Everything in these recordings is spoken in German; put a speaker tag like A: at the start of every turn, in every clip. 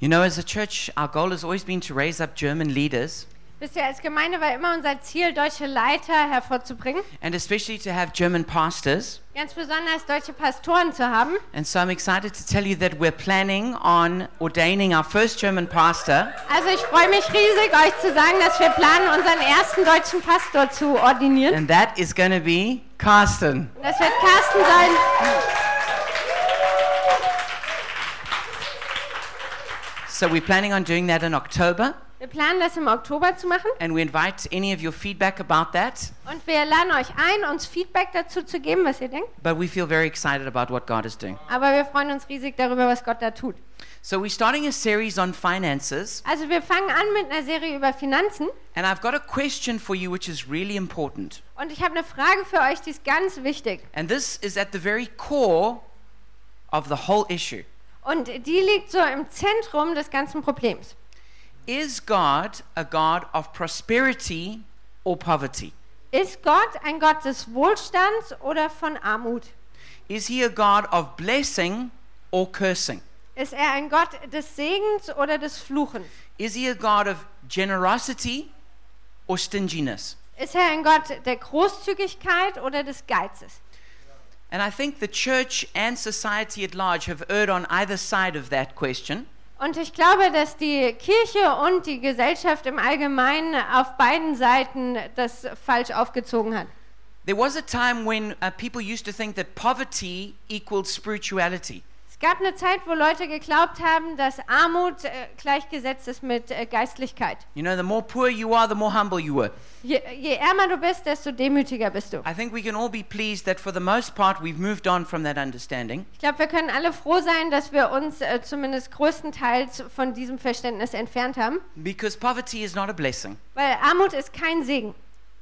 A: You know, as a church, our goal has always been to raise up German leaders
B: Bisher als Gemeinde war immer unser Ziel, deutsche Leiter hervorzubringen,
A: and especially to have German pastors.
B: ganz besonders deutsche Pastoren zu haben.
A: And so I'm excited to tell you that we're planning on ordaining our first German pastor
B: Also ich freue mich riesig, euch zu sagen, dass wir planen, unseren ersten deutschen Pastor zu ordinieren.
A: and that is going to be Carsten.
B: Das wird Carsten sein.
A: So we're planning on doing that in October
B: Wir planen das im Oktober zu machen
A: and we invite any of your feedback about that.
B: und wir laden euch ein, uns Feedback dazu zu geben, was ihr denkt.
A: But we feel very excited about what God is doing.
B: Aber wir freuen uns riesig darüber, was Gott da tut.
A: So we're starting a series on finances
B: Also wir fangen an mit einer Serie über Finanzen
A: and I've got a question for you which is really important.
B: und ich habe eine Frage für euch, die ist ganz wichtig.
A: And this is at the very core of the whole issue.
B: Und die liegt so im Zentrum des ganzen Problems.
A: Is God a God of prosperity or poverty?
B: Ist Gott ein Gott des Wohlstands oder von Armut?
A: Is he a God of blessing or cursing?
B: Ist er ein Gott des Segens oder des Fluchens?
A: Is he a God of generosity or stinginess?
B: Ist er ein Gott der Großzügigkeit oder des Geizes?
A: And I think the church and society at large have erred on either side of that question.
B: Und ich glaube, dass die Kirche und die Gesellschaft im Allgemeinen auf beiden Seiten das falsch aufgezogen hat.
A: There was a time when uh, people used to think that poverty equaled spirituality.
B: Es gab eine Zeit, wo Leute geglaubt haben, dass Armut äh, gleichgesetzt ist mit äh, Geistlichkeit.
A: You know, the more poor you are, the more humble you were.
B: Je, je ärmer du bist, desto demütiger bist du.
A: I think we can all be pleased that for the most part we've moved on from that understanding.
B: Ich glaube, wir können alle froh sein, dass wir uns äh, zumindest größtenteils von diesem Verständnis entfernt haben,
A: Because poverty is not a blessing.
B: weil Armut ist kein Segen.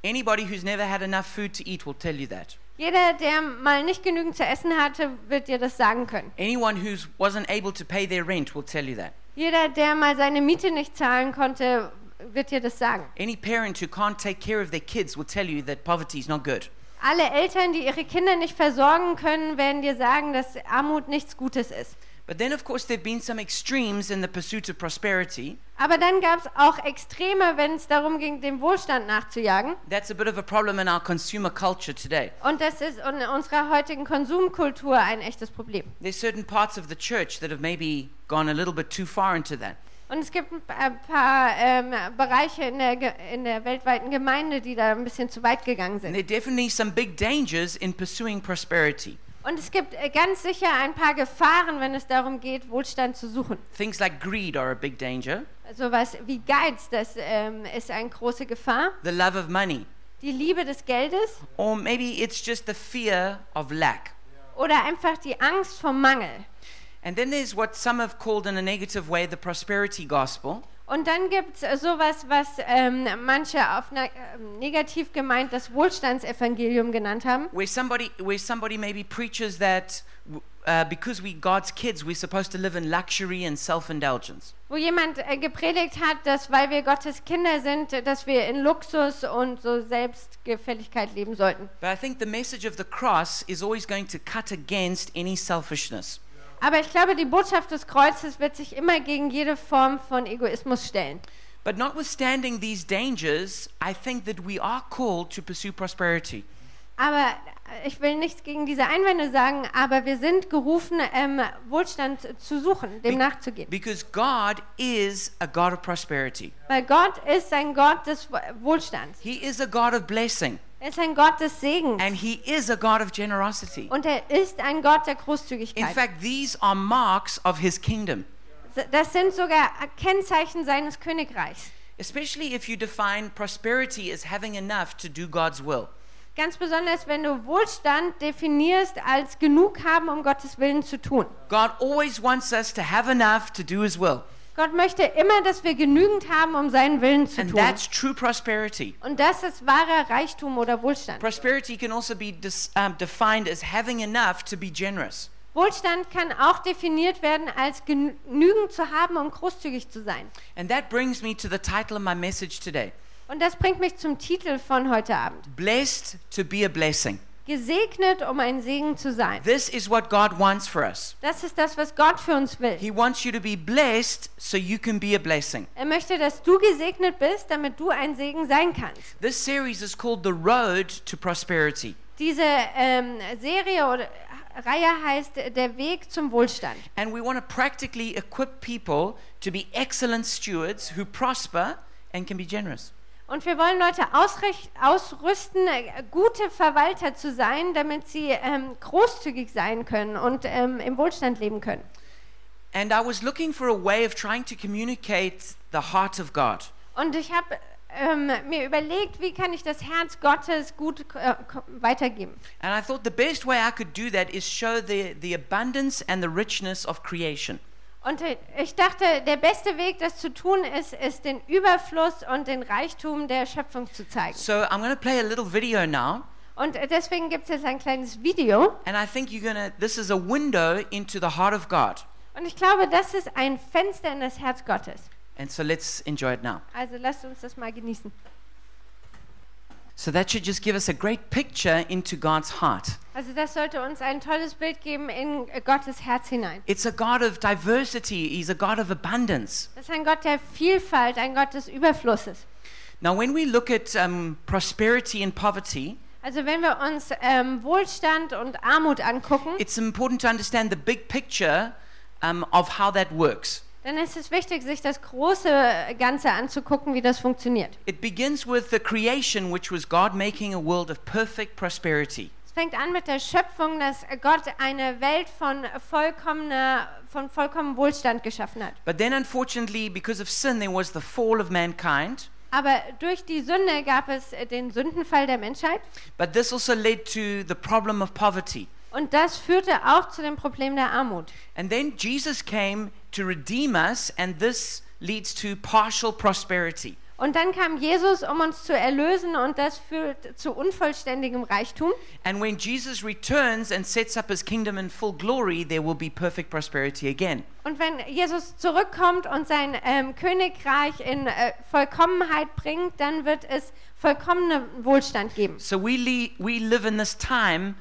A: Anybody who's never had enough food to eat will tell you that.
B: Jeder, der mal nicht genügend zu essen hatte, wird dir das sagen können.
A: Anyone who wasn't able to pay their rent will tell you that.
B: Jeder, der mal seine Miete nicht zahlen konnte, wird dir das sagen.
A: Any parent who can't take care of their kids will tell you that poverty is not good.
B: Alle Eltern, die ihre Kinder nicht versorgen können, werden dir sagen, dass Armut nichts Gutes ist.
A: But then, of course, there have been some extremes in the pursuit of prosperity.
B: Aber dann gab es auch Extreme, wenn es darum ging, dem Wohlstand nachzujagen.
A: That's a bit of a problem in our consumer culture today.
B: Und das ist in unserer heutigen Konsumkultur ein echtes Problem.
A: There's certain parts of the church that have maybe gone a little bit too far into that.
B: Und es gibt ein pa- ein paar ähm, Bereiche in der, Ge- in der weltweiten Gemeinde, die da ein bisschen zu weit gegangen
A: And
B: sind.
A: there are definitely some big dangers in pursuing prosperity.
B: Und es gibt äh, ganz sicher ein paar Gefahren, wenn es darum geht, Wohlstand zu suchen.
A: Things like greed are a big danger,
B: Sowas wie Geiz, das ähm, ist eine große Gefahr.
A: the love of money,
B: Die Liebe des Geldes
A: or maybe it's just the fear of lack.
B: oder einfach die Angst vor Mangel.
A: And then there's what some have called in a negative way the prosperity gospel,
B: Und dann gibt es sowas, was ähm, manche auf ne ähm, negativ gemeint das Wohlstandsevangelium genannt haben.
A: where somebody, where somebody maybe preaches that w- uh, because we're God's kids, we're supposed to live in luxury and self indulgence.
B: wo jemand äh, gepredigt hat, dass weil wir Gottes Kinder sind, äh, dass wir in Luxus und so Selbstgefälligkeit leben sollten.
A: But I think the message of the cross is always going to cut against any selfishness.
B: Aber ich glaube, die Botschaft des Kreuzes wird sich immer gegen jede Form von Egoismus stellen.
A: But notwithstanding these dangers, I think that we are called to pursue prosperity.
B: Aber äh, ich will nichts gegen diese Einwände sagen, aber wir sind gerufen, ähm, Wohlstand zu suchen, dem
A: Be-
B: nachzugehen.
A: Because God is a God of prosperity,
B: Weil Gott ist ein Gott des Wo- Wohlstands.
A: He is a God of blessing,
B: Er ist ein Gott des Segens.
A: and He is a God of generosity.
B: Und er ist ein Gott der
A: In
B: Großzügigkeit.
A: fact, these are marks of His kingdom,
B: Das sind sogar Kennzeichen seines Königreichs.
A: especially if you define prosperity as having enough to do God's will.
B: Ganz besonders, wenn du Wohlstand definierst als genug haben, um Gottes Willen zu tun.
A: God always wants us to have enough to do His will,
B: Gott möchte immer, dass wir genügend haben, um seinen Willen zu
A: and
B: tun.
A: that's true prosperity.
B: Und das ist wahrer Reichtum oder Wohlstand.
A: Prosperity can also be dis- um, defined as having enough to be generous.
B: Wohlstand kann auch definiert werden als genü- genügend zu haben, um großzügig zu sein.
A: And that brings me to the title of my message today
B: Und das bringt mich zum Titel von heute Abend.
A: Blessed to be a Blessing.
B: gesegnet, um ein Segen zu sein.
A: This is what God wants for us.
B: Das ist das, was Gott für uns will.
A: He wants you to be blessed so you can be a blessing.
B: Er möchte, dass du gesegnet bist, damit du ein Segen sein kannst.
A: This series is called The Road to Prosperity.
B: Diese ähm, Serie oder Reihe heißt Der Weg zum Wohlstand.
A: And we want to practically equip people to be excellent stewards who prosper and can be generous.
B: Und wir wollen Leute ausrech- ausrüsten, äh, gute Verwalter zu sein, damit sie ähm, großzügig sein können und ähm, im Wohlstand leben können.
A: And I was looking for a way of trying to communicate the heart of God.
B: Und ich habe ähm, mir überlegt, wie kann ich das Herz Gottes gut äh, ko- weitergeben.
A: And I thought the best way I could do that is show the, the abundance and the richness of creation.
B: Und äh, ich dachte, der beste Weg, das zu tun ist, ist den Überfluss und den Reichtum der Schöpfung zu zeigen.
A: So I'm going to play a little video now.
B: Und äh, deswegen gibt es jetzt ein kleines Video.
A: And I think you're going to, this is a window into the heart of God.
B: Und ich glaube, das ist ein Fenster in das Herz Gottes.
A: And so let's enjoy it now.
B: Also lasst uns das mal genießen.
A: So that should just give us a great picture into God's heart.
B: Also das sollte uns ein tolles Bild geben in äh, Gottes Herz hinein.
A: It's a God of diversity, He's a God of abundance.
B: Das ist ein Gott der Vielfalt, ein Gott des Überflusses.
A: Now, when we look at um, prosperity and poverty,
B: Also wenn wir uns ähm, Wohlstand und Armut angucken,
A: it's important to understand the big picture um, of how that works.
B: dann ist es wichtig, sich das große äh, Ganze anzugucken, wie das funktioniert.
A: It begins with the creation, which was God making a world of perfect prosperity.
B: Es fängt an mit der Schöpfung, dass Gott eine Welt von vollkommener, von vollkommenem Wohlstand geschaffen hat.
A: But then, unfortunately, because of sin, there was the fall of mankind.
B: Aber durch die Sünde gab es äh, den Sündenfall der Menschheit
A: But this also led to the problem of poverty.
B: und das führte auch zu dem Problem der Armut.
A: And then Jesus came to redeem us, and this leads to partial prosperity.
B: Und dann kam Jesus, um uns zu erlösen und das führt zu unvollständigem Reichtum.
A: And when Jesus returns and sets up his kingdom in full glory, there will be perfect prosperity again.
B: Und wenn Jesus zurückkommt und sein ähm, Königreich in äh, Vollkommenheit bringt, dann wird es vollkommenen Wohlstand geben.
A: So we, li- we live in this time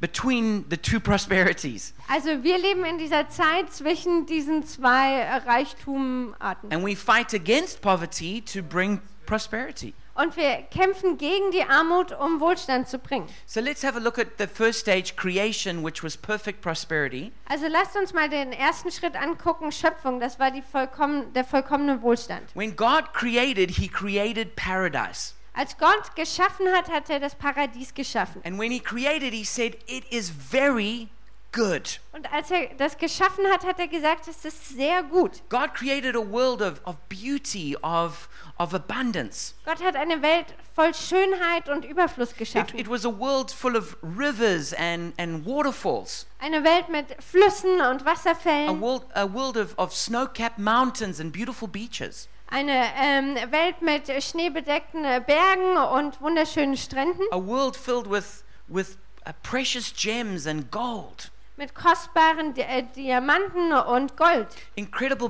A: between the two prosperities.
B: Also wir leben in dieser Zeit zwischen diesen zwei äh, Reichtumarten.
A: And we fight against poverty to bring prosperity.
B: Und wir kämpfen gegen die Armut, um Wohlstand zu bringen.
A: So let's have a look at the first stage, creation, which was perfect prosperity.
B: Also lasst uns mal den ersten Schritt angucken, Schöpfung, das war die vollkommen, der vollkommene Wohlstand.
A: When God created, he created paradise.
B: Als Gott geschaffen hat, hat er das Paradies geschaffen.
A: And when he created, he said, It is very good.
B: Und als er das geschaffen hat, hat er gesagt, es ist sehr gut.
A: God created a world of, of beauty, of, of abundance.
B: Gott hat eine Welt voll Schönheit und Überfluss
A: It,
B: geschaffen.
A: it was a world full of rivers and, and waterfalls,
B: Eine Welt mit Flüssen und
A: a
B: Wasserfällen.
A: world, a world of, of snow capped mountains and beautiful beaches,
B: Eine ähm, Welt mit äh, schneebedeckten äh, Bergen und wunderschönen Stränden.
A: a world filled with, with uh, precious gems and gold,
B: Mit kostbaren Di äh, Diamanten und Gold.
A: incredible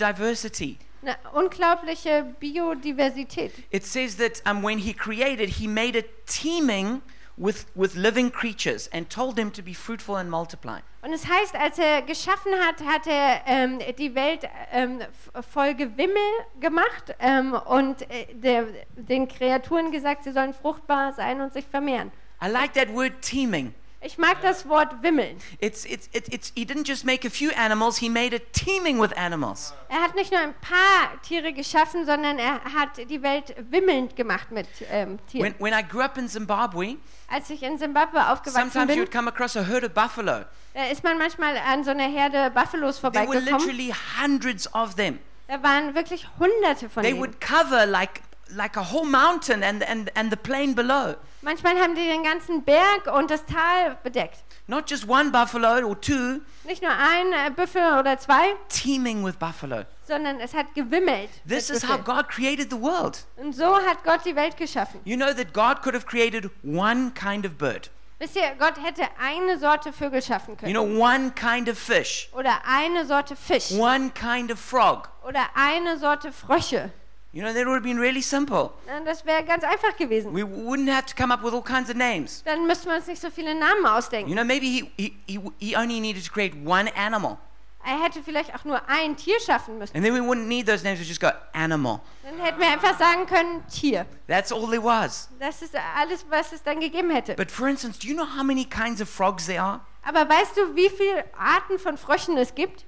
A: biodiversity.
B: Eine unglaubliche Biodiversität.
A: It says that um, when he created, he made it teeming with, with living creatures and told them to be fruitful and multiply.
B: Und es heißt, als er geschaffen hat, hat er ähm, die Welt ähm, f- voll Gewimmel gemacht ähm, und äh, der, den Kreaturen gesagt, sie sollen fruchtbar sein und sich vermehren.
A: I like that word teeming.
B: Ich mag das Wort wimmeln.
A: It's, it's, it's, it's, he didn't just make a few animals, he made it teeming with animals.
B: Er hat nicht nur ein paar Tiere geschaffen, sondern er hat die Welt wimmelnd gemacht mit ähm,
A: When,
B: Tieren.
A: when I grew up in Zimbabwe,
B: Als ich in Zimbabwe aufgewachsen
A: Sometimes you
B: bin,
A: would come across a herd of buffalo.
B: da ist man manchmal an so einer Herde Buffalos
A: There were
B: vorbeigekommen.
A: literally hundreds of them.
B: Da waren wirklich Hunderte von
A: They
B: ihnen.
A: would cover like like a whole mountain and, and, and the plain below.
B: Manchmal haben die den ganzen Berg und das Tal bedeckt.
A: Not just one buffalo or two,
B: Nicht nur ein äh, Büffel oder zwei,
A: teeming with buffalo.
B: sondern es hat gewimmelt.
A: This
B: mit
A: is how
B: Büffeln.
A: God created the world.
B: Und so hat Gott die Welt geschaffen.
A: You know that God could have created one kind of bird.
B: Wisst ihr, Gott hätte eine Sorte Vögel schaffen
A: You
B: können.
A: know, one kind of fish,
B: Oder eine Sorte Fisch.
A: one kind of frog.
B: Oder eine Sorte Frösche.
A: You know, that would have been really simple.
B: Ja, Das wäre ganz einfach gewesen.
A: We wouldn't have to come up with all kinds of names.
B: Dann müssten wir uns nicht so viele Namen ausdenken.
A: You know, maybe he, he, he, he only needed to create one animal.
B: Er hätte vielleicht auch nur ein Tier schaffen müssen.
A: And then we wouldn't need those names. We just go, animal.
B: Dann hätten wir einfach sagen können, Tier.
A: That's all there was.
B: Das ist alles, was es dann gegeben hätte.
A: But for instance, do you know how many kinds of frogs there are?
B: Aber weißt du, wie viele Arten von Fröschen es gibt?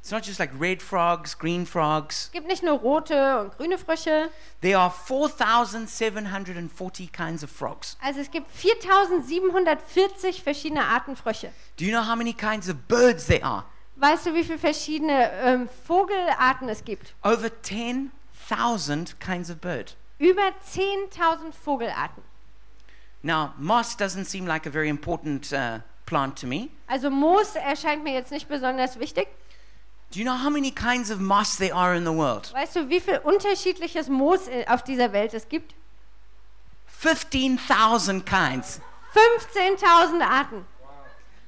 A: It's not just like red frogs, green frogs.
B: Es gibt nicht nur rote und grüne Frösche.
A: There are 4,740 kinds of frogs.
B: Also es gibt 4740 verschiedene Arten Frösche.
A: Do you know how many kinds of birds there are?
B: Weißt du, wie viele verschiedene ähm, Vogelarten es gibt?
A: Over 10,000 kinds of bird.
B: Über 10.000 Vogelarten.
A: Now, moss doesn't seem like a very important uh, plant to me.
B: Also Moos erscheint mir jetzt nicht besonders wichtig.
A: Do you know how many kinds of moss there are in the world?
B: Weißt du, wie viel unterschiedliches Moos i- auf dieser Welt es gibt?
A: 15,000 kinds.
B: 15.000 Arten.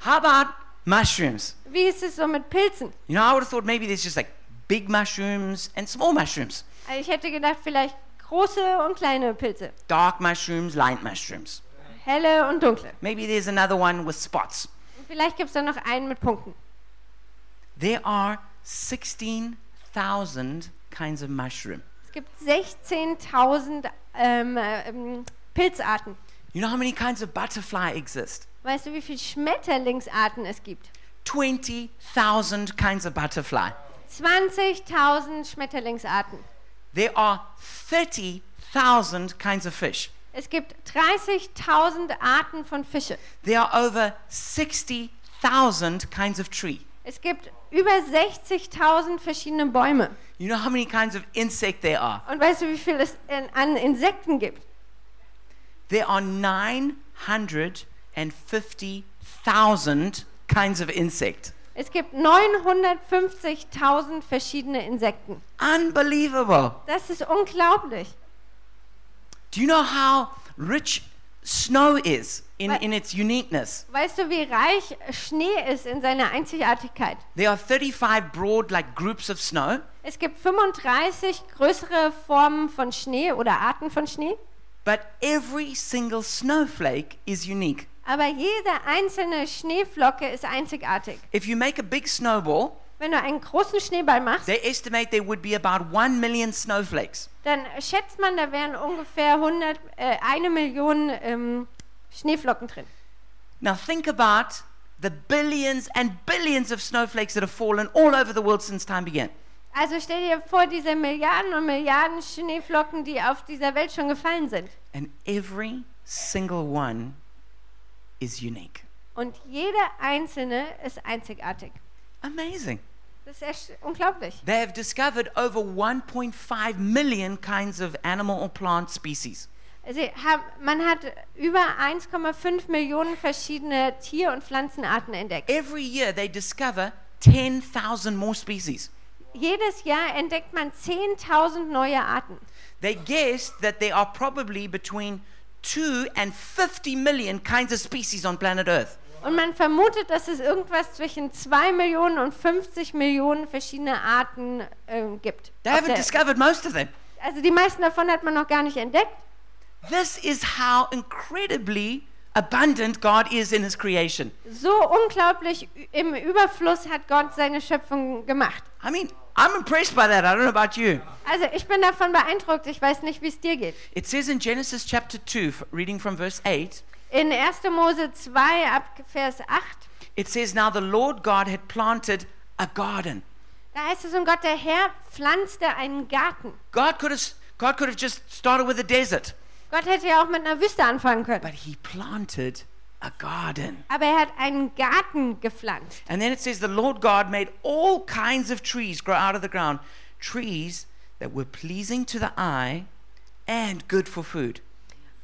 A: How about mushrooms?
B: Wie ist es so mit Pilzen?
A: You know, I would have thought maybe there's just like big mushrooms and small mushrooms,
B: Also ich hätte gedacht, vielleicht große und kleine Pilze.
A: dark mushrooms, light mushrooms.
B: Helle und dunkle.
A: Maybe there's another one with spots.
B: Und vielleicht gibt es dann noch einen mit Punkten.
A: There are 16,000 kinds of mushroom.
B: Es gibt 16.000 ähm, äh, ähm, Pilzarten.
A: You know how many kinds of butterfly exist?
B: Weißt du, wie viele Schmetterlingsarten es gibt?
A: 20,000 kinds of butterfly.
B: 20.000 Schmetterlingsarten.
A: There are 30,000 kinds of fish.
B: Es gibt 30.000 Arten von Fische.
A: There are over 60,000 kinds of tree.
B: Es gibt über 60.000 verschiedene Bäume.
A: You know how many kinds of insect there are?
B: Und weißt du, wie viel es in, an Insekten gibt?
A: There are 950,000 kinds of insect.
B: Es gibt 950.000 verschiedene Insekten.
A: Unbelievable.
B: Das ist unglaublich.
A: Do you know how rich snow is in,
B: What?
A: in its uniqueness?
B: Weißt du, wie reich Schnee ist in seiner Einzigartigkeit?
A: There are 35 broad, like groups of snow,
B: Es gibt 35 größere Formen von Schnee oder Arten von Schnee,
A: but every single snowflake is unique.
B: aber jede einzelne Schneeflocke ist einzigartig.
A: If you make a big snowball,
B: Wenn du einen großen Schneeball machst,
A: they estimate there would be about 1 million snowflakes.
B: dann schätzt man, da wären ungefähr 100, äh, eine Million ähm, Schneeflocken drin.
A: Now think about the billions and billions of snowflakes that have fallen all over the world since time began.
B: Also stell dir vor, diese Milliarden und Milliarden Schneeflocken, die auf dieser Welt schon gefallen sind.
A: And every single one is unique.
B: Und jede einzelne ist einzigartig.
A: Amazing.
B: Das ist echt unglaublich.
A: They have discovered over 1.5 million kinds of animal or plant species.
B: Sie haben, Also, man hat über 1,5 Millionen verschiedene Tier- und Pflanzenarten entdeckt.
A: Every year they discover 10,000 more species.
B: Jedes Jahr entdeckt man 10.000 neue Arten.
A: They guess that there are probably between 2 and 50 million kinds of species on planet Earth.
B: Und man vermutet, dass es irgendwas zwischen 2 Millionen und 50 Millionen verschiedene Arten ähm, gibt.
A: They
B: Auf
A: haven't
B: der-
A: discovered most of them.
B: also die meisten davon hat man noch gar nicht entdeckt.
A: This is how incredibly abundant God is in his creation.
B: So unglaublich ü- im Überfluss hat Gott seine Schöpfung gemacht.
A: I mean, I'm impressed by that. I don't know about you.
B: Also ich bin davon beeindruckt. Ich weiß nicht, wie es dir geht.
A: It says in Genesis chapter 2, f- reading from verse 8,
B: In 1. Mose 2 ab Vers 8
A: it says, Now the Lord God had planted a garden.
B: Da heißt es, und Gott der Herr pflanzte einen Garten.
A: God could have, s- God could have just started with a desert,
B: Gott hätte ja auch mit einer Wüste anfangen können.
A: but he planted a garden.
B: Aber er hat einen Garten gepflanzt.
A: And then it says, The Lord God made all kinds of trees grow out of the ground, trees that were pleasing to the eye and good for food.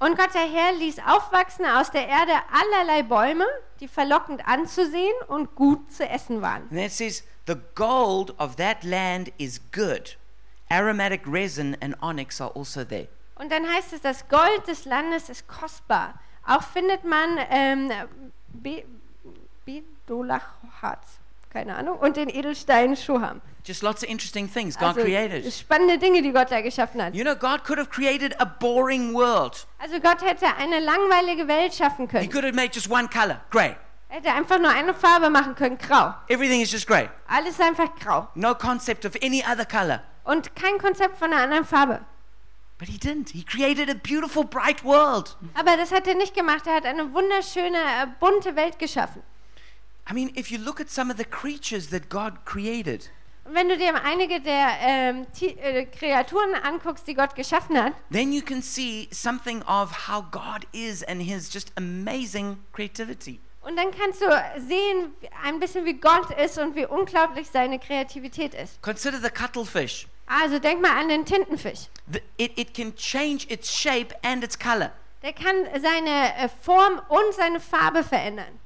B: Und Gott der Herr ließ aufwachsen aus der Erde allerlei Bäume, die verlockend anzusehen und gut zu essen waren.
A: And then it says, The gold of that land is good. Aromatic resin and onyx are also there.
B: Und dann heißt es, das Gold des Landes ist kostbar. Auch findet man ähm, Be Bedolachharz. keine Ahnung, und den Edelstein Schuham.
A: Just lots of interesting things God
B: Also
A: created.
B: spannende Dinge, die Gott da geschaffen hat.
A: You know, God could have created a boring world.
B: Also Gott hätte eine langweilige Welt schaffen
A: He
B: können.
A: could have made just one color, gray.
B: Er hätte einfach nur eine Farbe machen können, grau.
A: Everything is just gray.
B: Alles einfach grau.
A: No concept of any other color.
B: Und kein Konzept von einer anderen Farbe.
A: But he didn't. He created a beautiful, bright world.
B: Aber das hat er nicht gemacht. Er hat eine wunderschöne, äh, bunte Welt geschaffen.
A: I mean, if you look at some of the creatures that God created,
B: Und wenn du dir einige der ähm, Ti- äh, Kreaturen anguckst, die Gott geschaffen hat,
A: then you can see something of how God is and his just amazing creativity.
B: und dann kannst du sehen, wie- ein bisschen wie Gott ist und wie unglaublich seine Kreativität ist.
A: Consider the cuttlefish.
B: Also denk mal an den Tintenfisch.
A: The- it, it can change its shape and its color.
B: Der kann seine äh, Form und seine Farbe verändern.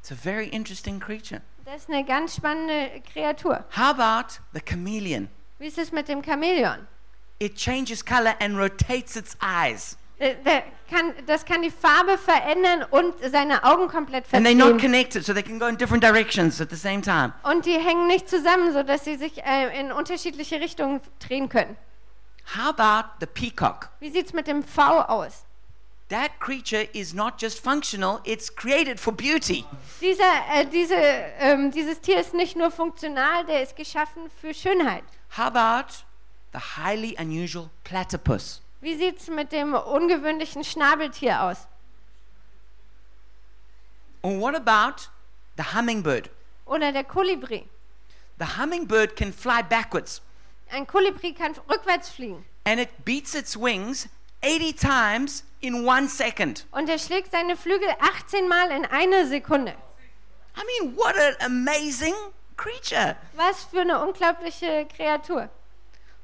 A: It's a very interesting creature.
B: Das ist eine ganz spannende Kreatur.
A: How about the chameleon?
B: Wie ist es mit dem Chamäleon?
A: It changes color and rotates its eyes.
B: Der, Äh, der kann, das kann die Farbe verändern und seine Augen komplett
A: And they're not
B: verdrehen.
A: connected, so they can go in different directions at the same time.
B: Und die hängen nicht zusammen, sodass sie sich äh, in unterschiedliche Richtungen drehen können.
A: How about the peacock?
B: Wie sieht es mit dem V aus?
A: That creature is not just functional, it's created for beauty.
B: Dieser, äh, diese, ähm, dieses Tier ist nicht nur funktional, der ist geschaffen für Schönheit.
A: How about the highly unusual platypus?
B: Wie sieht es mit dem ungewöhnlichen Schnabeltier aus?
A: Or what about the hummingbird?
B: Oder der Kolibri?
A: The hummingbird can fly backwards
B: Ein Kolibri kann rückwärts fliegen
A: and it beats its wings 80 times in one second.
B: und er schlägt seine Flügel 18 Mal in einer Sekunde.
A: I mean, what an amazing creature.
B: Was für eine unglaubliche Kreatur.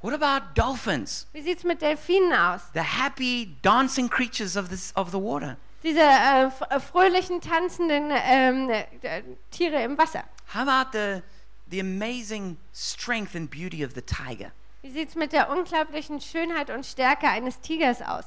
A: What about dolphins?
B: Wie sieht's mit Delfinen aus?
A: The happy dancing creatures of, this, of the water.
B: Diese äh, f- äh, fröhlichen, tanzenden ähm, äh, Tiere im Wasser.
A: How about the, the amazing strength and beauty of the tiger?
B: Wie sieht's mit der unglaublichen Schönheit und Stärke eines Tigers aus?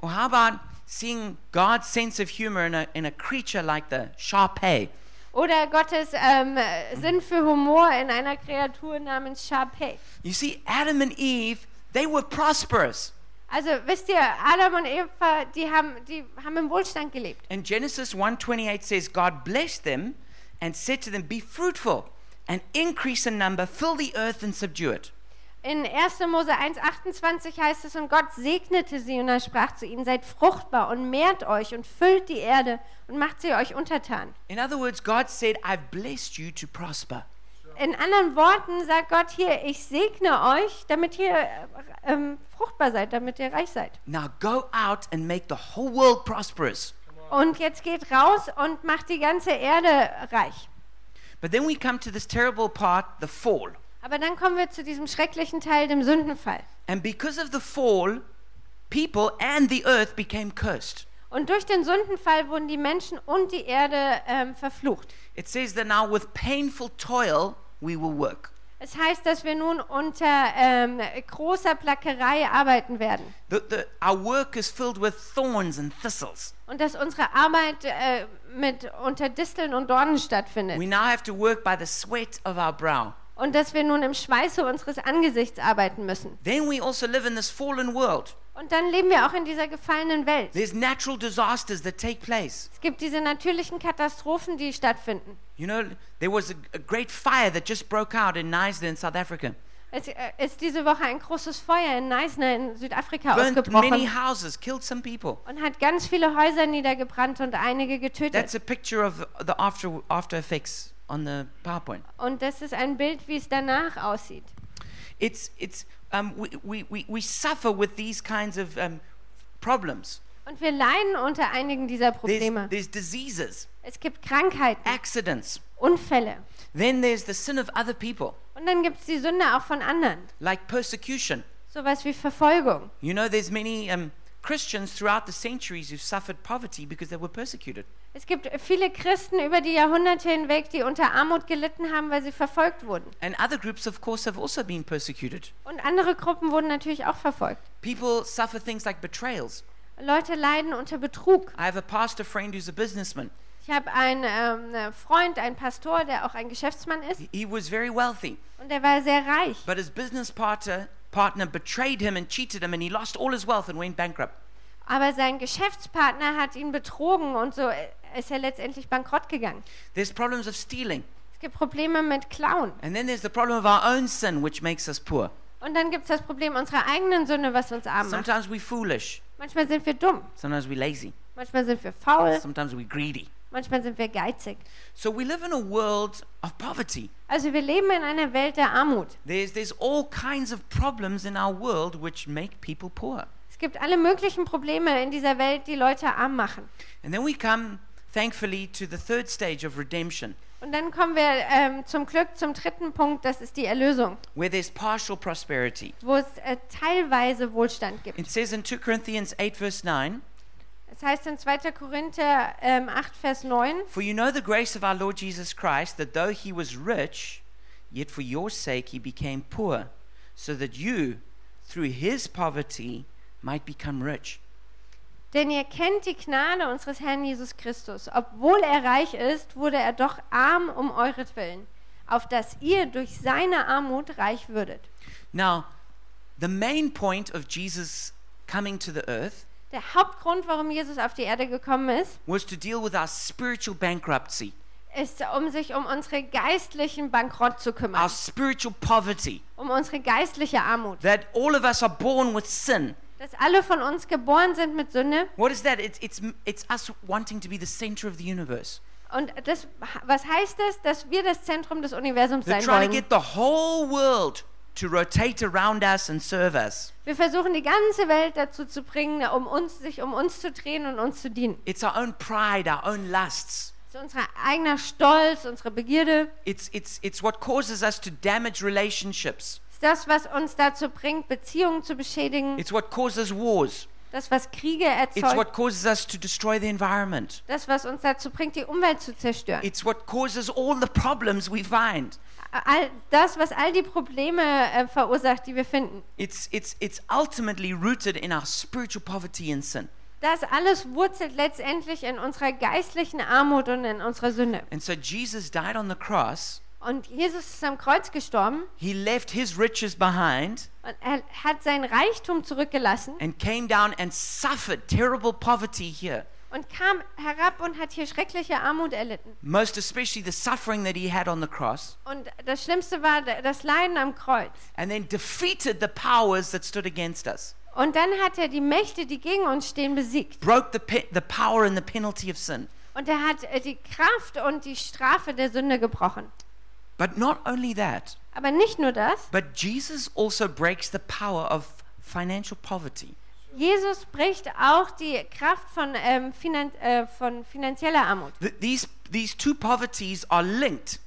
A: Or how about seeing God's sense of humor in a, in a creature like the Shar Pei?
B: Oder Gottes ähm, äh, Sinn für Humor in einer Kreatur namens Sharpay.
A: You see, Adam and Eve, they were prosperous.
B: Also wisst ihr, Adam und Eva, die haben, die haben im Wohlstand gelebt.
A: And Genesis 1:28 says God blessed them and said to them, "Be fruitful and increase in number, fill the earth and subdue it."
B: In 1. Mose 1,28 heißt es, und Gott segnete sie und er sprach zu ihnen, seid fruchtbar und mehrt euch und füllt die Erde und macht sie euch untertan.
A: In other words, God said, "I've blessed you to prosper."
B: In anderen Worten sagt Gott hier, ich segne euch, damit ihr äh, ähm, fruchtbar seid, damit ihr reich seid.
A: Now go out and make the whole world prosperous.
B: Und jetzt geht raus und macht die ganze Erde reich.
A: But then we come to this terrible part, the fall.
B: Aber dann kommen wir zu diesem schrecklichen Teil, dem Sündenfall.
A: And because of the fall, people and the earth became cursed.
B: Und durch den Sündenfall wurden die Menschen und die Erde ähm, verflucht.
A: It says that now with painful toil we will work.
B: Es heißt, dass wir nun unter ähm, großer Plackerei arbeiten werden
A: The, the, our work is filled with thorns and thistles.
B: und dass unsere Arbeit äh, mit unter Disteln und Dornen stattfindet
A: We now have to work by the sweat of our brow.
B: und dass wir nun im Schweiße unseres Angesichts arbeiten müssen.
A: Then we also live in this fallen world.
B: Und dann leben wir auch in dieser gefallenen Welt.
A: There's natural disasters that take place.
B: Es gibt diese natürlichen Katastrophen, die stattfinden.
A: You know, there was a, a great fire that just broke out in Neisler in South Africa.
B: Es äh, ist diese Woche ein großes Feuer in Neisner in Südafrika
A: Burned many
B: ausgebrochen
A: houses, killed some people.
B: und hat ganz viele Häuser niedergebrannt und einige getötet.
A: That's a picture of the after, after effects on the PowerPoint.
B: Und das ist ein Bild, wie es danach aussieht.
A: It's, it's, um, we, we, we, we suffer with these kinds of um, problems.
B: Und wir leiden unter einigen dieser Probleme.
A: There's, there's diseases,
B: Es gibt Krankheiten,
A: accidents.
B: Unfälle.
A: Then there's the sin of other people,
B: Und dann gibt es die Sünde auch von anderen.
A: like persecution.
B: Sowas wie Verfolgung.
A: You know, there's many um, Christians throughout the centuries who've suffered poverty because they were persecuted.
B: Es gibt viele Christen über die Jahrhunderte hinweg, die unter Armut gelitten haben, weil sie verfolgt wurden.
A: And other groups, of course, have also been persecuted.
B: Und andere Gruppen wurden natürlich auch verfolgt.
A: People suffer things like betrayals.
B: Leute leiden unter Betrug.
A: I have a pastor friend who's a businessman,
B: Ich Ich habe einen ähm, ne Freund, einen Pastor, der auch ein Geschäftsmann ist
A: He was very wealthy,
B: und der war sehr reich.
A: but his business partner, partner betrayed him and cheated him, and he lost all his wealth and went bankrupt.
B: Aber sein Geschäftspartner hat ihn betrogen und so äh, ist er letztendlich bankrott gegangen.
A: There's problems of stealing,
B: Es gibt Probleme mit Klauen.
A: and then there's the problem of our own sin, which makes us poor.
B: Und dann gibt es das Problem unserer eigenen Sünde, was uns arm macht.
A: Sometimes we're foolish,
B: Manchmal sind wir dumm,
A: sometimes we're lazy,
B: manchmal sind wir faul,
A: sometimes we're greedy.
B: manchmal sind wir geizig.
A: So we live in a world of poverty.
B: Also wir leben in einer Welt der Armut.
A: There's, there's all kinds of problems in our world which make people poor.
B: Es gibt alle möglichen Probleme in dieser Welt, die Leute arm machen.
A: And then we come, thankfully, to the third stage of redemption,
B: Und dann kommen wir ähm, zum Glück zum dritten Punkt, das ist die Erlösung,
A: where there's partial prosperity.
B: wo es äh, teilweise Wohlstand gibt.
A: It says in 2 Corinthians 8, verse 9,
B: Es heißt in 2. Korinther ähm, 8, Vers 9,
A: For you know the grace of our Lord Jesus Christ, that though he was rich, yet for your sake he became poor, so that you, through his poverty, might become rich.
B: Denn ihr kennt die Gnade unseres Herrn Jesus Christus. Obwohl er reich ist, wurde er doch arm um euretwillen, auf dass ihr durch seine Armut reich würdet.
A: Now, the main point of Jesus coming to the earth
B: Der Hauptgrund, warum Jesus auf die Erde gekommen ist,
A: was to deal with our spiritual bankruptcy,
B: ist, um sich um unsere geistlichen Bankrott zu
A: our
B: kümmern,
A: spiritual poverty,
B: um unsere geistliche Armut.
A: that all of us are born with sin.
B: Dass alle von uns geboren sind mit Sünde
A: What is that? It's, it's, it's us wanting to be the center of the universe.
B: und das, was heißt das? Dass wir das Zentrum des Universums
A: They're
B: sein
A: trying to
B: wollen.
A: get the whole world to rotate around us and serve us.
B: Wir versuchen die ganze Welt dazu zu bringen, um uns, sich um uns zu drehen und uns zu dienen.
A: It's our own pride, our own lusts.
B: Es ist unser eigener Stolz, unsere Begierde.
A: It's, it's, it's what causes us to damage relationships.
B: Es ist das, was uns dazu bringt, Beziehungen zu beschädigen.
A: It's what causes wars.
B: Das, was Kriege
A: It's
B: erzeugt.
A: what causes us to destroy the environment.
B: Das, was uns dazu bringt, die Umwelt zu zerstören.
A: It's what causes all the problems we find.
B: All das, was all die Probleme äh, verursacht, die wir finden.
A: It's, it's, it's ultimately rooted in our spiritual poverty and sin.
B: Das alles wurzelt letztendlich in unserer geistlichen Armut und in unserer Sünde.
A: And so Jesus died on the cross.
B: Und Jesus ist am Kreuz gestorben
A: He left his riches behind
B: und er hat seinen Reichtum zurückgelassen
A: and came down and suffered terrible poverty here,
B: und kam herab und hat hier schreckliche Armut erlitten.
A: most especially the suffering that he had on the cross,
B: Und das Schlimmste war d- das Leiden am Kreuz.
A: and then defeated the powers that stood against us,
B: Und dann hat er die Mächte, die gegen uns stehen, besiegt.
A: broke the, pe- the power and the penalty of sin.
B: Und er hat äh, die Kraft und die Strafe der Sünde gebrochen.
A: But not only that,
B: Aber nicht nur das.
A: but Jesus also breaks the power of financial poverty.
B: Jesus bricht auch die Kraft von, ähm, finan äh, von finanzieller Armut.
A: Th- these, these two poverties are linked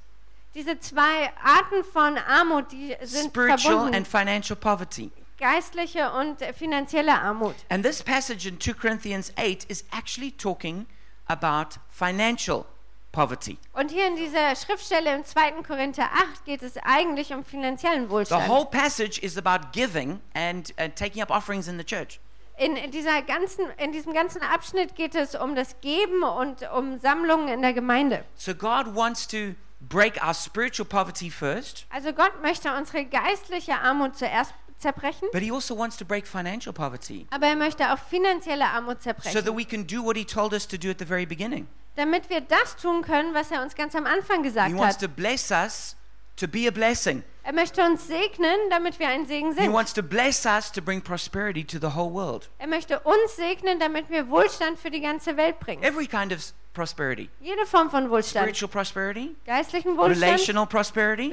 B: Diese zwei Arten von Armut, die sind
A: spiritual and
B: verbunden.
A: financial poverty.
B: Geistliche und äh, finanzielle Armut.
A: And this passage in 2 Corinthians 8 is actually talking about financial poverty.
B: Und hier in dieser Schriftstelle im 2. Korinther 8 geht es eigentlich um finanziellen
A: The whole
B: Wohlstand.
A: passage is about giving and, and taking up offerings in the church.
B: In, in, dieser ganzen, in diesem ganzen Abschnitt geht es um das Geben und um Sammlungen in der Gemeinde.
A: So God wants to break our spiritual poverty first,
B: Also Gott möchte unsere geistliche Armut zuerst zerbrechen,
A: but He also wants to break financial poverty
B: aber er möchte auch finanzielle Armut
A: so
B: zerbrechen,
A: that we can do what He told us to do at the very beginning.
B: damit wir das tun können, was er uns ganz am Anfang
A: He
B: gesagt
A: wants
B: hat.
A: to bless us to be a blessing.
B: Er möchte uns segnen, damit wir ein Segen
A: He
B: sind.
A: wants to bless us to bring prosperity to the whole world.
B: Er möchte uns segnen, damit wir Wohlstand für die ganze Welt bringen.
A: Every kind of s- prosperity
B: Jede Form von Wohlstand.
A: spiritual prosperity,
B: Geistlichen Wohlstand,
A: relational prosperity,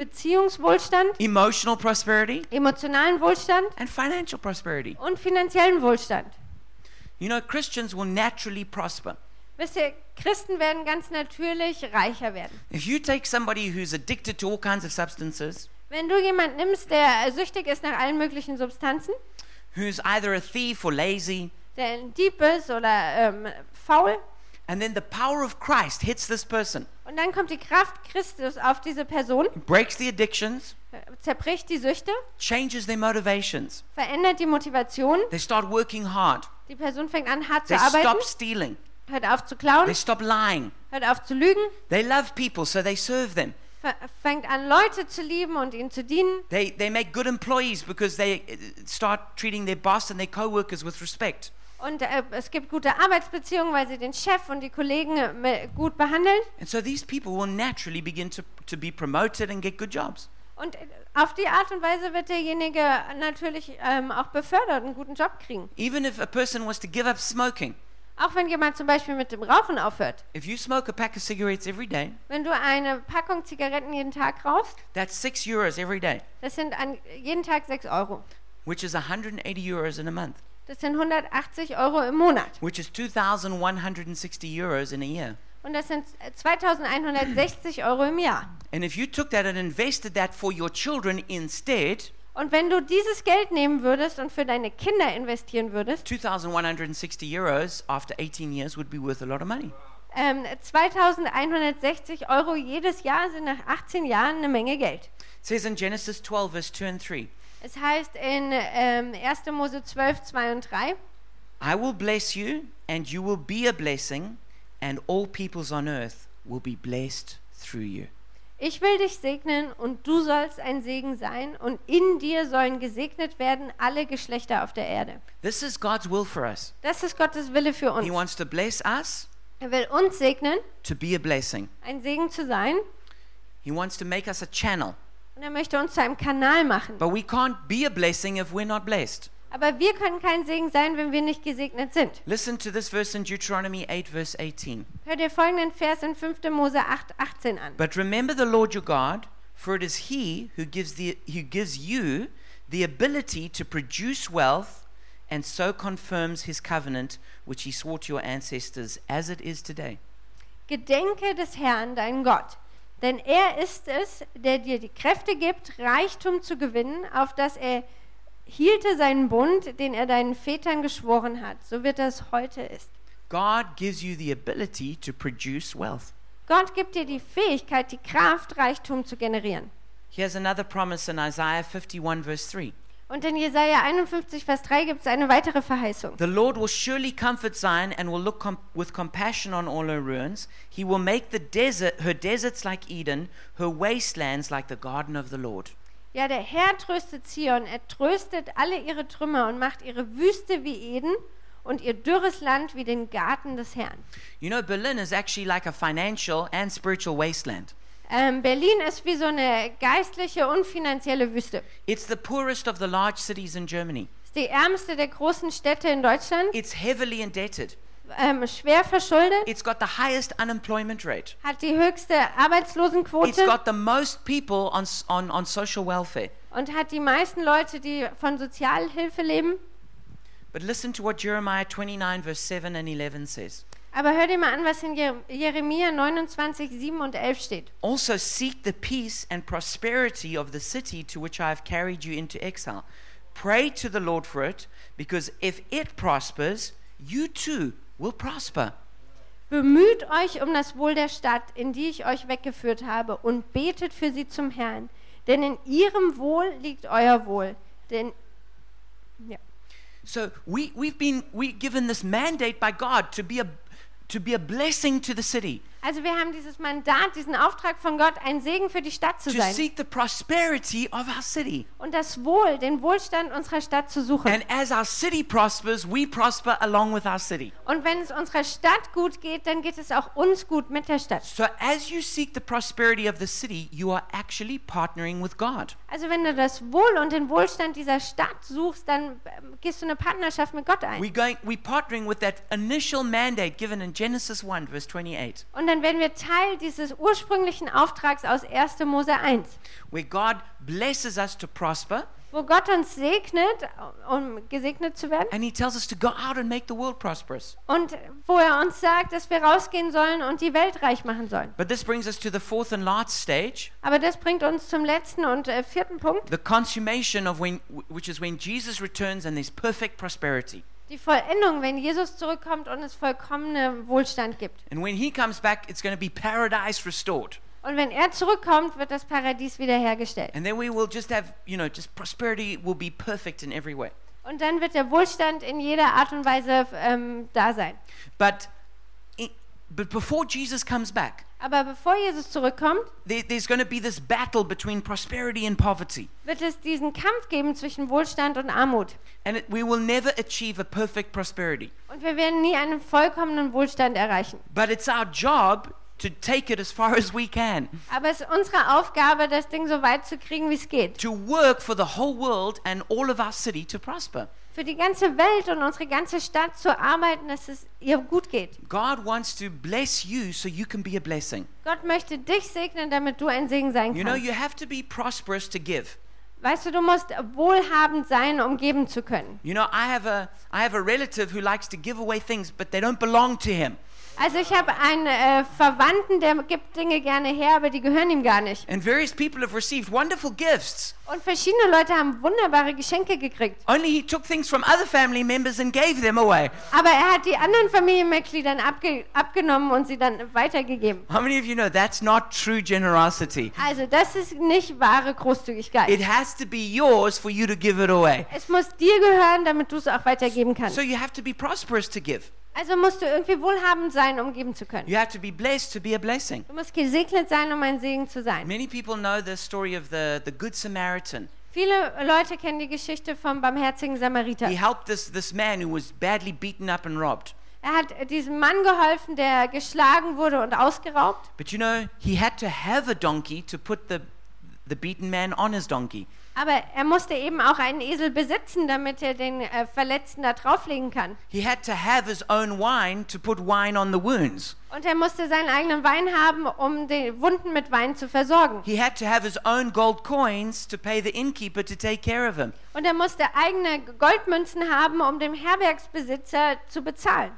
B: Beziehungswohlstand,
A: emotional prosperity,
B: emotionalen Wohlstand
A: and financial prosperity.
B: und finanziellen Wohlstand.
A: You know, Christians will naturally prosper.
B: Wisst ihr, Christen werden ganz natürlich reicher werden.
A: If you take somebody who's addicted to all kinds of substances,
B: Wenn du jemanden nimmst, der äh, süchtig ist nach allen möglichen Substanzen,
A: who's either a thief or lazy,
B: der ein Dieb ist oder ähm, faul.
A: and then the power of Christ hits this person,
B: Und dann kommt die Kraft Christus auf diese Person,
A: breaks the addictions,
B: äh, zerbricht die Süchte,
A: changes their motivations.
B: verändert die Motivation.
A: They start working hard.
B: Die Person fängt an, hart
A: They
B: zu arbeiten.
A: stop stealing.
B: Hört auf zu
A: They
B: klauen,
A: stop lying.
B: hört auf zu lügen,
A: They love people, so they serve them.
B: f- fängt an, Leute zu lieben und ihnen zu dienen.
A: They, they make good employees because they uh, start treating their boss and their co-workers with respect.
B: Und äh, es gibt gute Arbeitsbeziehungen, weil sie den Chef und die Kollegen äh, me- gut behandeln.
A: And so these people will naturally begin to, to be promoted and get good jobs.
B: Und äh, auf die Art und Weise wird derjenige natürlich ähm, auch befördert und einen guten Job kriegen.
A: Even if a person was to give up smoking,
B: Auch wenn jemand zum Beispiel mit dem Rauchen aufhört.
A: if you smoke a pack of cigarettes every day,
B: Wenn du eine Packung Zigaretten jeden Tag rauchst,
A: that's six euros every day,
B: das sind an, jeden Tag 6 Euro.
A: which is 180 euros in a month,
B: Das sind 180 Euro im Monat.
A: which is 2,160 euros in a year.
B: Und das sind äh, 2160 Euro im Jahr.
A: And if you took that and invested that for your children instead,
B: Und wenn du dieses Geld nehmen würdest und für deine Kinder investieren würdest,
A: 2,160 euros after 18 years would be worth a lot of money.
B: ähm, 2160 Euro jedes Jahr sind nach 18 Jahren eine Menge Geld.
A: It says in Genesis 12, verse 2 and 3,
B: Es heißt in ähm, 1. Mose 12, 2 und 3,
A: I will bless you, and you will be a blessing, and all peoples on earth will be blessed through you.
B: ich will dich segnen und du sollst ein Segen sein und in dir sollen gesegnet werden alle Geschlechter auf der Erde.
A: This is God's will for us.
B: Das ist Gottes Wille für
A: He
B: uns.
A: wants to bless us
B: Er will uns segnen,
A: to be a blessing.
B: ein Segen zu sein
A: He wants to make us a channel.
B: und er möchte uns zu einem Kanal machen.
A: But we can't be a blessing if we're not blessed.
B: Aber wir können kein Segen sein, wenn wir nicht gesegnet sind.
A: Listen to this verse in Deuteronomy 8, verse 18.
B: Hör dir folgenden Vers in 5. Mose 8, 18 an.
A: But remember the Lord your God, for it is He who gives, the, who gives you the ability to produce wealth and so confirms His covenant, which He swore to your ancestors as it is today.
B: Gedenke des Herrn, dein Gott. Denn er ist es, der dir die Kräfte gibt, Reichtum zu gewinnen, auf das er hielte seinen Bund, den er deinen Vätern geschworen hat. So wird es heute ist.
A: God gives you the ability to produce wealth.
B: Gott gibt dir die Fähigkeit, die Kraft, Reichtum zu generieren.
A: Here's another promise in Isaiah 51, verse 3.
B: Und in Jesaja 51, Vers 3 gibt es eine weitere Verheißung.
A: The Lord will surely comfort Zion and will look com- with compassion on all her ruins. He will make the desert, her deserts like Eden, her wastelands like the garden of the Lord.
B: Ja, der Herr tröstet Zion, er tröstet alle ihre Trümmer und macht ihre Wüste wie Eden und ihr dürres Land wie den Garten des Herrn.
A: You know, Berlin is actually like a financial and spiritual wasteland.
B: Ähm, Berlin ist wie so eine geistliche und finanzielle Wüste.
A: It's the poorest of the large cities in Germany.
B: Ist die ärmste der großen Städte in Deutschland,
A: It's heavily indebted.
B: ähm, schwer verschuldet,
A: It's got the highest unemployment rate.
B: hat die höchste
A: It's
B: Arbeitslosenquote
A: got the most people on, s- on, on social welfare.
B: und hat die meisten Leute, die von Sozialhilfe leben.
A: But listen to what Jeremiah 29, verse 7 and 11 says.
B: Aber hör dir mal an, was in Je Jeremia 29, 7 und 11 steht.
A: Also seek the peace and prosperity of the city to which I have carried you into exile. Pray to the Lord for it, because if it prospers, you too will prosper.
B: Bemüht euch um das Wohl der Stadt, in die ich euch weggeführt habe, und betet für sie zum Herrn, denn in ihrem Wohl liegt euer Wohl. Denn
A: So we, we've been we given this mandate by God to be a to be a blessing to the city,
B: also wir haben dieses Mandat, diesen Auftrag von Gott, ein Segen für die Stadt zu
A: to
B: sein
A: seek the prosperity of our city.
B: und das Wohl, den Wohlstand unserer Stadt zu suchen.
A: And as our city prospers, we prosper along with our city.
B: und wenn es unserer Stadt gut geht, dann geht es auch uns gut mit der Stadt.
A: So as you seek the prosperity of the city, you are actually partnering with God.
B: Also wenn du das Wohl und den Wohlstand dieser Stadt suchst, dann ähm, gehst du eine Partnerschaft mit Gott ein.
A: We going we partnering with that initial mandate given in Genesis 1 verse 28,
B: Und dann werden wir Teil dieses ursprünglichen Auftrags aus 1. Mose 1.
A: where God blesses us to prosper
B: wo Gott uns segnet, um gesegnet zu werden,
A: and he tells us to go out and make the world prosperous.
B: und wo er uns sagt, dass wir rausgehen sollen und die Welt reich machen sollen.
A: But this brings us to the fourth and last stage,
B: Aber das bringt uns zum letzten und äh, vierten Punkt,
A: the consummation of when which is when Jesus returns and there's perfect prosperity.
B: die Vollendung, wenn Jesus zurückkommt und es vollkommene Wohlstand gibt.
A: And when he comes back, it's going to be paradise restored.
B: Und wenn er zurückkommt, wird das Paradies wiederhergestellt.
A: And then we will just have, you know, just prosperity will be perfect in every way.
B: Und dann wird der Wohlstand in jeder Art und Weise ähm, da sein.
A: But But before Jesus comes back,
B: Aber bevor Jesus zurückkommt,
A: there, there's going to be this battle between prosperity and poverty.
B: wird es diesen Kampf geben zwischen Wohlstand und Armut.
A: And it, we will never achieve a perfect prosperity.
B: Und wir werden nie einen vollkommenen Wohlstand erreichen.
A: But it's our job to take it as far as we can,
B: Aber es ist unsere Aufgabe, das Ding so weit zu kriegen, wie es geht.
A: to work for the whole world and all of our city to prosper.
B: Für die ganze Welt und unsere ganze Stadt zu arbeiten, dass es ihr gut geht.
A: God wants to bless you so you can be a blessing.
B: Gott möchte dich segnen, damit du ein Segen sein
A: You know,
B: kannst.
A: you have to be prosperous to give.
B: Weißt du, du musst wohlhabend sein, um geben zu können.
A: You know, I have a I have a relative who likes to give away things, but they don't belong to him.
B: Also ich habe einen äh, Verwandten, der gibt Dinge gerne her, aber die gehören ihm gar nicht.
A: And various people have received wonderful gifts.
B: Und verschiedene Leute haben wunderbare Geschenke gekriegt.
A: Only he took things from other family members and gave them away.
B: Aber er hat die anderen Familienmitgliedern abge abgenommen und sie dann weitergegeben.
A: How many of you know that's not true generosity?
B: Also das ist nicht wahre Großzügigkeit.
A: It has to be yours for you to give it away.
B: Es muss dir gehören, damit du es auch weitergeben
A: So
B: kannst.
A: you have to be prosperous to give.
B: Also musst du irgendwie wohlhabend sein, um geben zu können.
A: You have to be blessed to be a blessing.
B: Du musst gesegnet sein, um ein Segen zu sein.
A: Many people know the story of the, the Good Samaritan.
B: Viele Leute kennen die Geschichte vom barmherzigen Samariter.
A: He helped this, this man who was badly beaten up and robbed.
B: Er hat diesem Mann geholfen, der geschlagen wurde und ausgeraubt.
A: But you know, he had to have a donkey to put the, the beaten man on his donkey.
B: Aber er musste eben auch einen Esel besitzen, damit er den äh, Verletzten da drauflegen kann.
A: He had to have his own wine to put wine on the wounds.
B: Und er musste seinen eigenen Wein haben, um die Wunden mit Wein zu versorgen.
A: He had to have his own gold coins to pay the innkeeper to take care of him.
B: Und er musste eigene Goldmünzen haben, um dem Herbergsbesitzer zu bezahlen.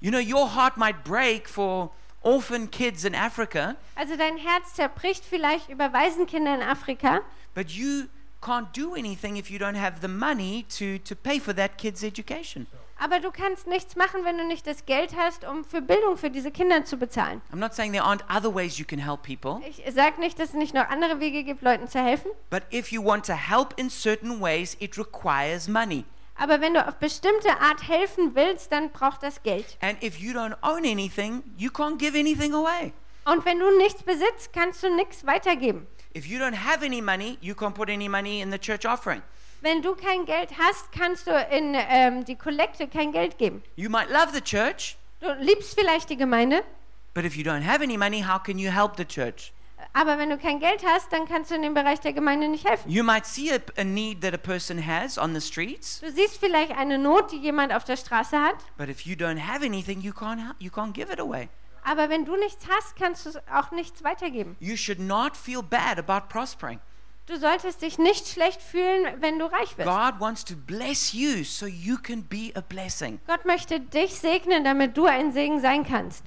A: You know, your heart might break for orphan kids in Africa,
B: Also dein Herz zerbricht vielleicht über Waisenkinder in Afrika,
A: but you can't do anything if you don't have the money to, to pay for that kid's education.
B: aber du kannst nichts machen, wenn du nicht das Geld hast, um für Bildung für diese Kinder zu bezahlen.
A: I'm not saying there aren't other ways you can help people,
B: Ich sage nicht, dass es nicht noch andere Wege gibt, Leuten zu helfen,
A: but if you want to help in certain ways, it requires money.
B: aber wenn du auf bestimmte Art helfen willst, dann braucht das Geld.
A: And if you don't own anything, you can't give anything away.
B: Und wenn du nichts besitzt, kannst du nichts weitergeben.
A: If you don't have any money, you can't put any money in the church offering.
B: Wenn du kein Geld hast, kannst du in ähm, die Kollekte kein Geld geben.
A: You might love the church,
B: Du liebst vielleicht die Gemeinde,
A: but if you don't have any money, how can you help the church?
B: aber wenn du kein Geld hast, dann kannst du in dem Bereich der Gemeinde nicht helfen.
A: You might see a, a need that a person has on the streets,
B: Du siehst vielleicht eine Not, die jemand auf der Straße hat,
A: but if you don't have anything, you can't help, you can't give it away.
B: aber wenn du nichts hast, kannst du auch nichts weitergeben.
A: You should not feel bad about prospering.
B: Du solltest dich nicht schlecht fühlen, wenn du reich wirst.
A: God wants to bless you so you can be a blessing.
B: Gott möchte dich segnen, damit du ein Segen sein kannst.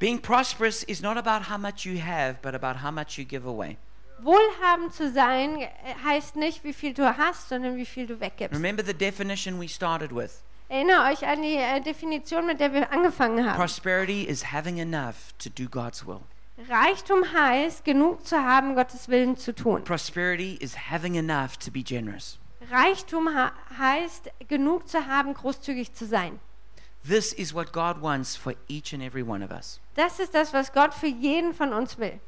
A: Being prosperous is not about how much you have, but about how much you give away.
B: Wohlhabend zu sein äh, heißt nicht, wie viel du hast, sondern wie viel du weggibst.
A: Remember the definition we started with.
B: Erinnere euch an die äh, Definition, mit der wir angefangen haben.
A: Prosperity is having enough to do God's will.
B: Reichtum heißt, genug zu haben, Gottes Willen zu tun.
A: Prosperity is having enough to be generous.
B: Reichtum ha heißt, genug zu haben, großzügig zu sein.
A: This is what God wants for each and every one of us.
B: Das ist das, was Gott für jeden von uns will.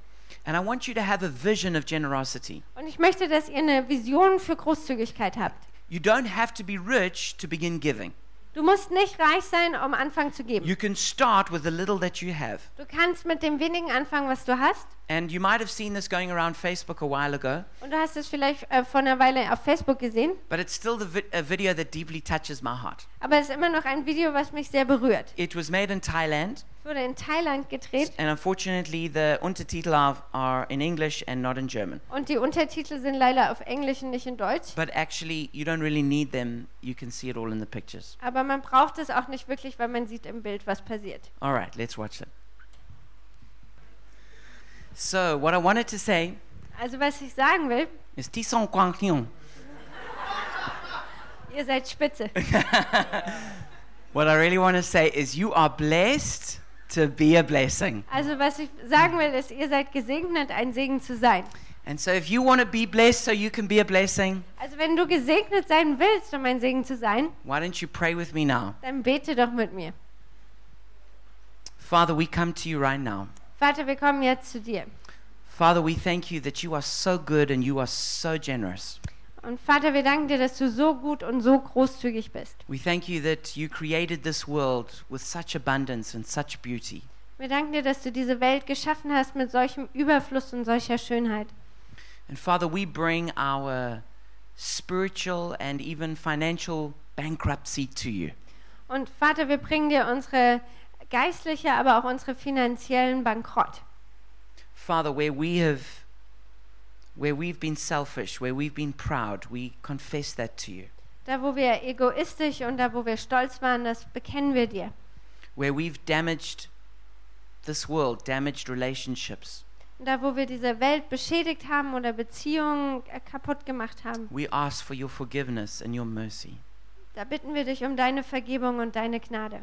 A: And I want you to have a vision of generosity.
B: Und ich möchte, dass ihr eine Vision für Großzügigkeit habt.
A: You don't have to be rich to begin giving.
B: Du musst nicht reich sein, um anfangen zu geben.
A: You can start with the little that you have.
B: Du kannst mit dem wenigen anfangen, was du hast.
A: And you might have seen this going around Facebook a while ago,
B: Und du hast es vielleicht äh, vor einer Weile auf Facebook gesehen.
A: but it's still the vi- a video that deeply touches my heart.
B: Aber es ist immer noch ein Video, was mich sehr berührt.
A: It was made in Thailand,
B: Es wurde in Thailand gedreht
A: and unfortunately, the Untertitel are, are in English and not in German.
B: und die Untertitel sind leider auf Englisch und nicht in Deutsch.
A: But actually, you don't really need them. You can see it all in the pictures.
B: Aber man braucht es auch nicht wirklich, weil man sieht im Bild, was passiert.
A: All right, let's watch it. So, what I wanted to say
B: Also was ich sagen will,
A: is Tisson Quang Thiong.
B: ihr seid spitze.
A: What I really want to say is you are blessed to be a blessing.
B: Also was ich sagen will, ist, ihr seid gesegnet, ein Segen zu sein.
A: And so, if you want to be blessed so you can be a blessing,
B: Also wenn du gesegnet sein willst, um ein Segen zu sein,
A: why don't you pray with me now?
B: dann bete doch mit mir.
A: Father, we come to you right now.
B: Vater, wir kommen jetzt zu dir.
A: Father, we thank you that you are so good and you are so generous.
B: Und Vater, wir danken dir, dass du so gut und so großzügig bist.
A: We thank you that you created this world with such abundance and such beauty.
B: Wir danken dir, dass du diese Welt geschaffen hast mit solchem Überfluss und solcher Schönheit.
A: And Father, we bring our spiritual and even financial bankruptcy to you.
B: Und Vater, wir bringen dir unsere geistliche, aber auch unsere finanziellen Bankrott.
A: Father, where we have where we've been selfish, where we've been proud, we confess that to you.
B: Da, wo wir egoistisch und da, wo wir stolz waren, das bekennen wir dir.
A: Where we've damaged this world, damaged relationships,
B: Und da, wo wir diese Welt beschädigt haben oder Beziehungen äh, kaputt gemacht haben,
A: we ask for your forgiveness and your mercy.
B: da bitten wir dich um deine Vergebung und deine Gnade.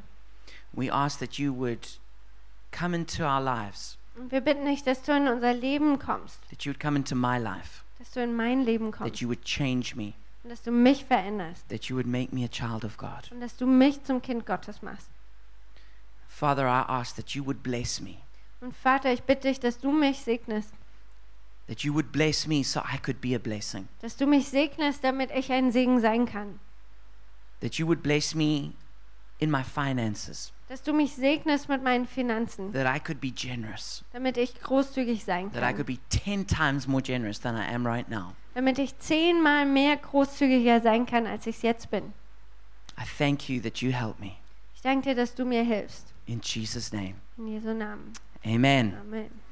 A: We ask that you would come into our lives,
B: Und wir bitten dich, dass du in unser Leben kommst,
A: that you would come into my life,
B: dass du in mein Leben
A: that
B: kommst
A: you would change me,
B: und dass du mich veränderst
A: that you would make me a child of God.
B: und dass du mich zum Kind Gottes machst.
A: Father, I ask that you would bless me,
B: Und Vater, ich bitte dich, dass du mich segnest,
A: that you would bless me so I could be a blessing,
B: dass du mich segnest, damit ich ein Segen sein kann,
A: that you would bless me in my finances,
B: dass du mich segnest mit meinen Finanzen,
A: that I could be generous,
B: damit ich großzügig sein
A: that I
B: kann,
A: could be 10 times more generous than I am right now.
B: damit ich zehnmal mehr großzügiger sein kann, als ich es jetzt bin.
A: I thank you that you help me.
B: Ich danke dir, dass du mir hilfst.
A: In Jesus' name,
B: In Jesu Namen.
A: amen.
B: Amen.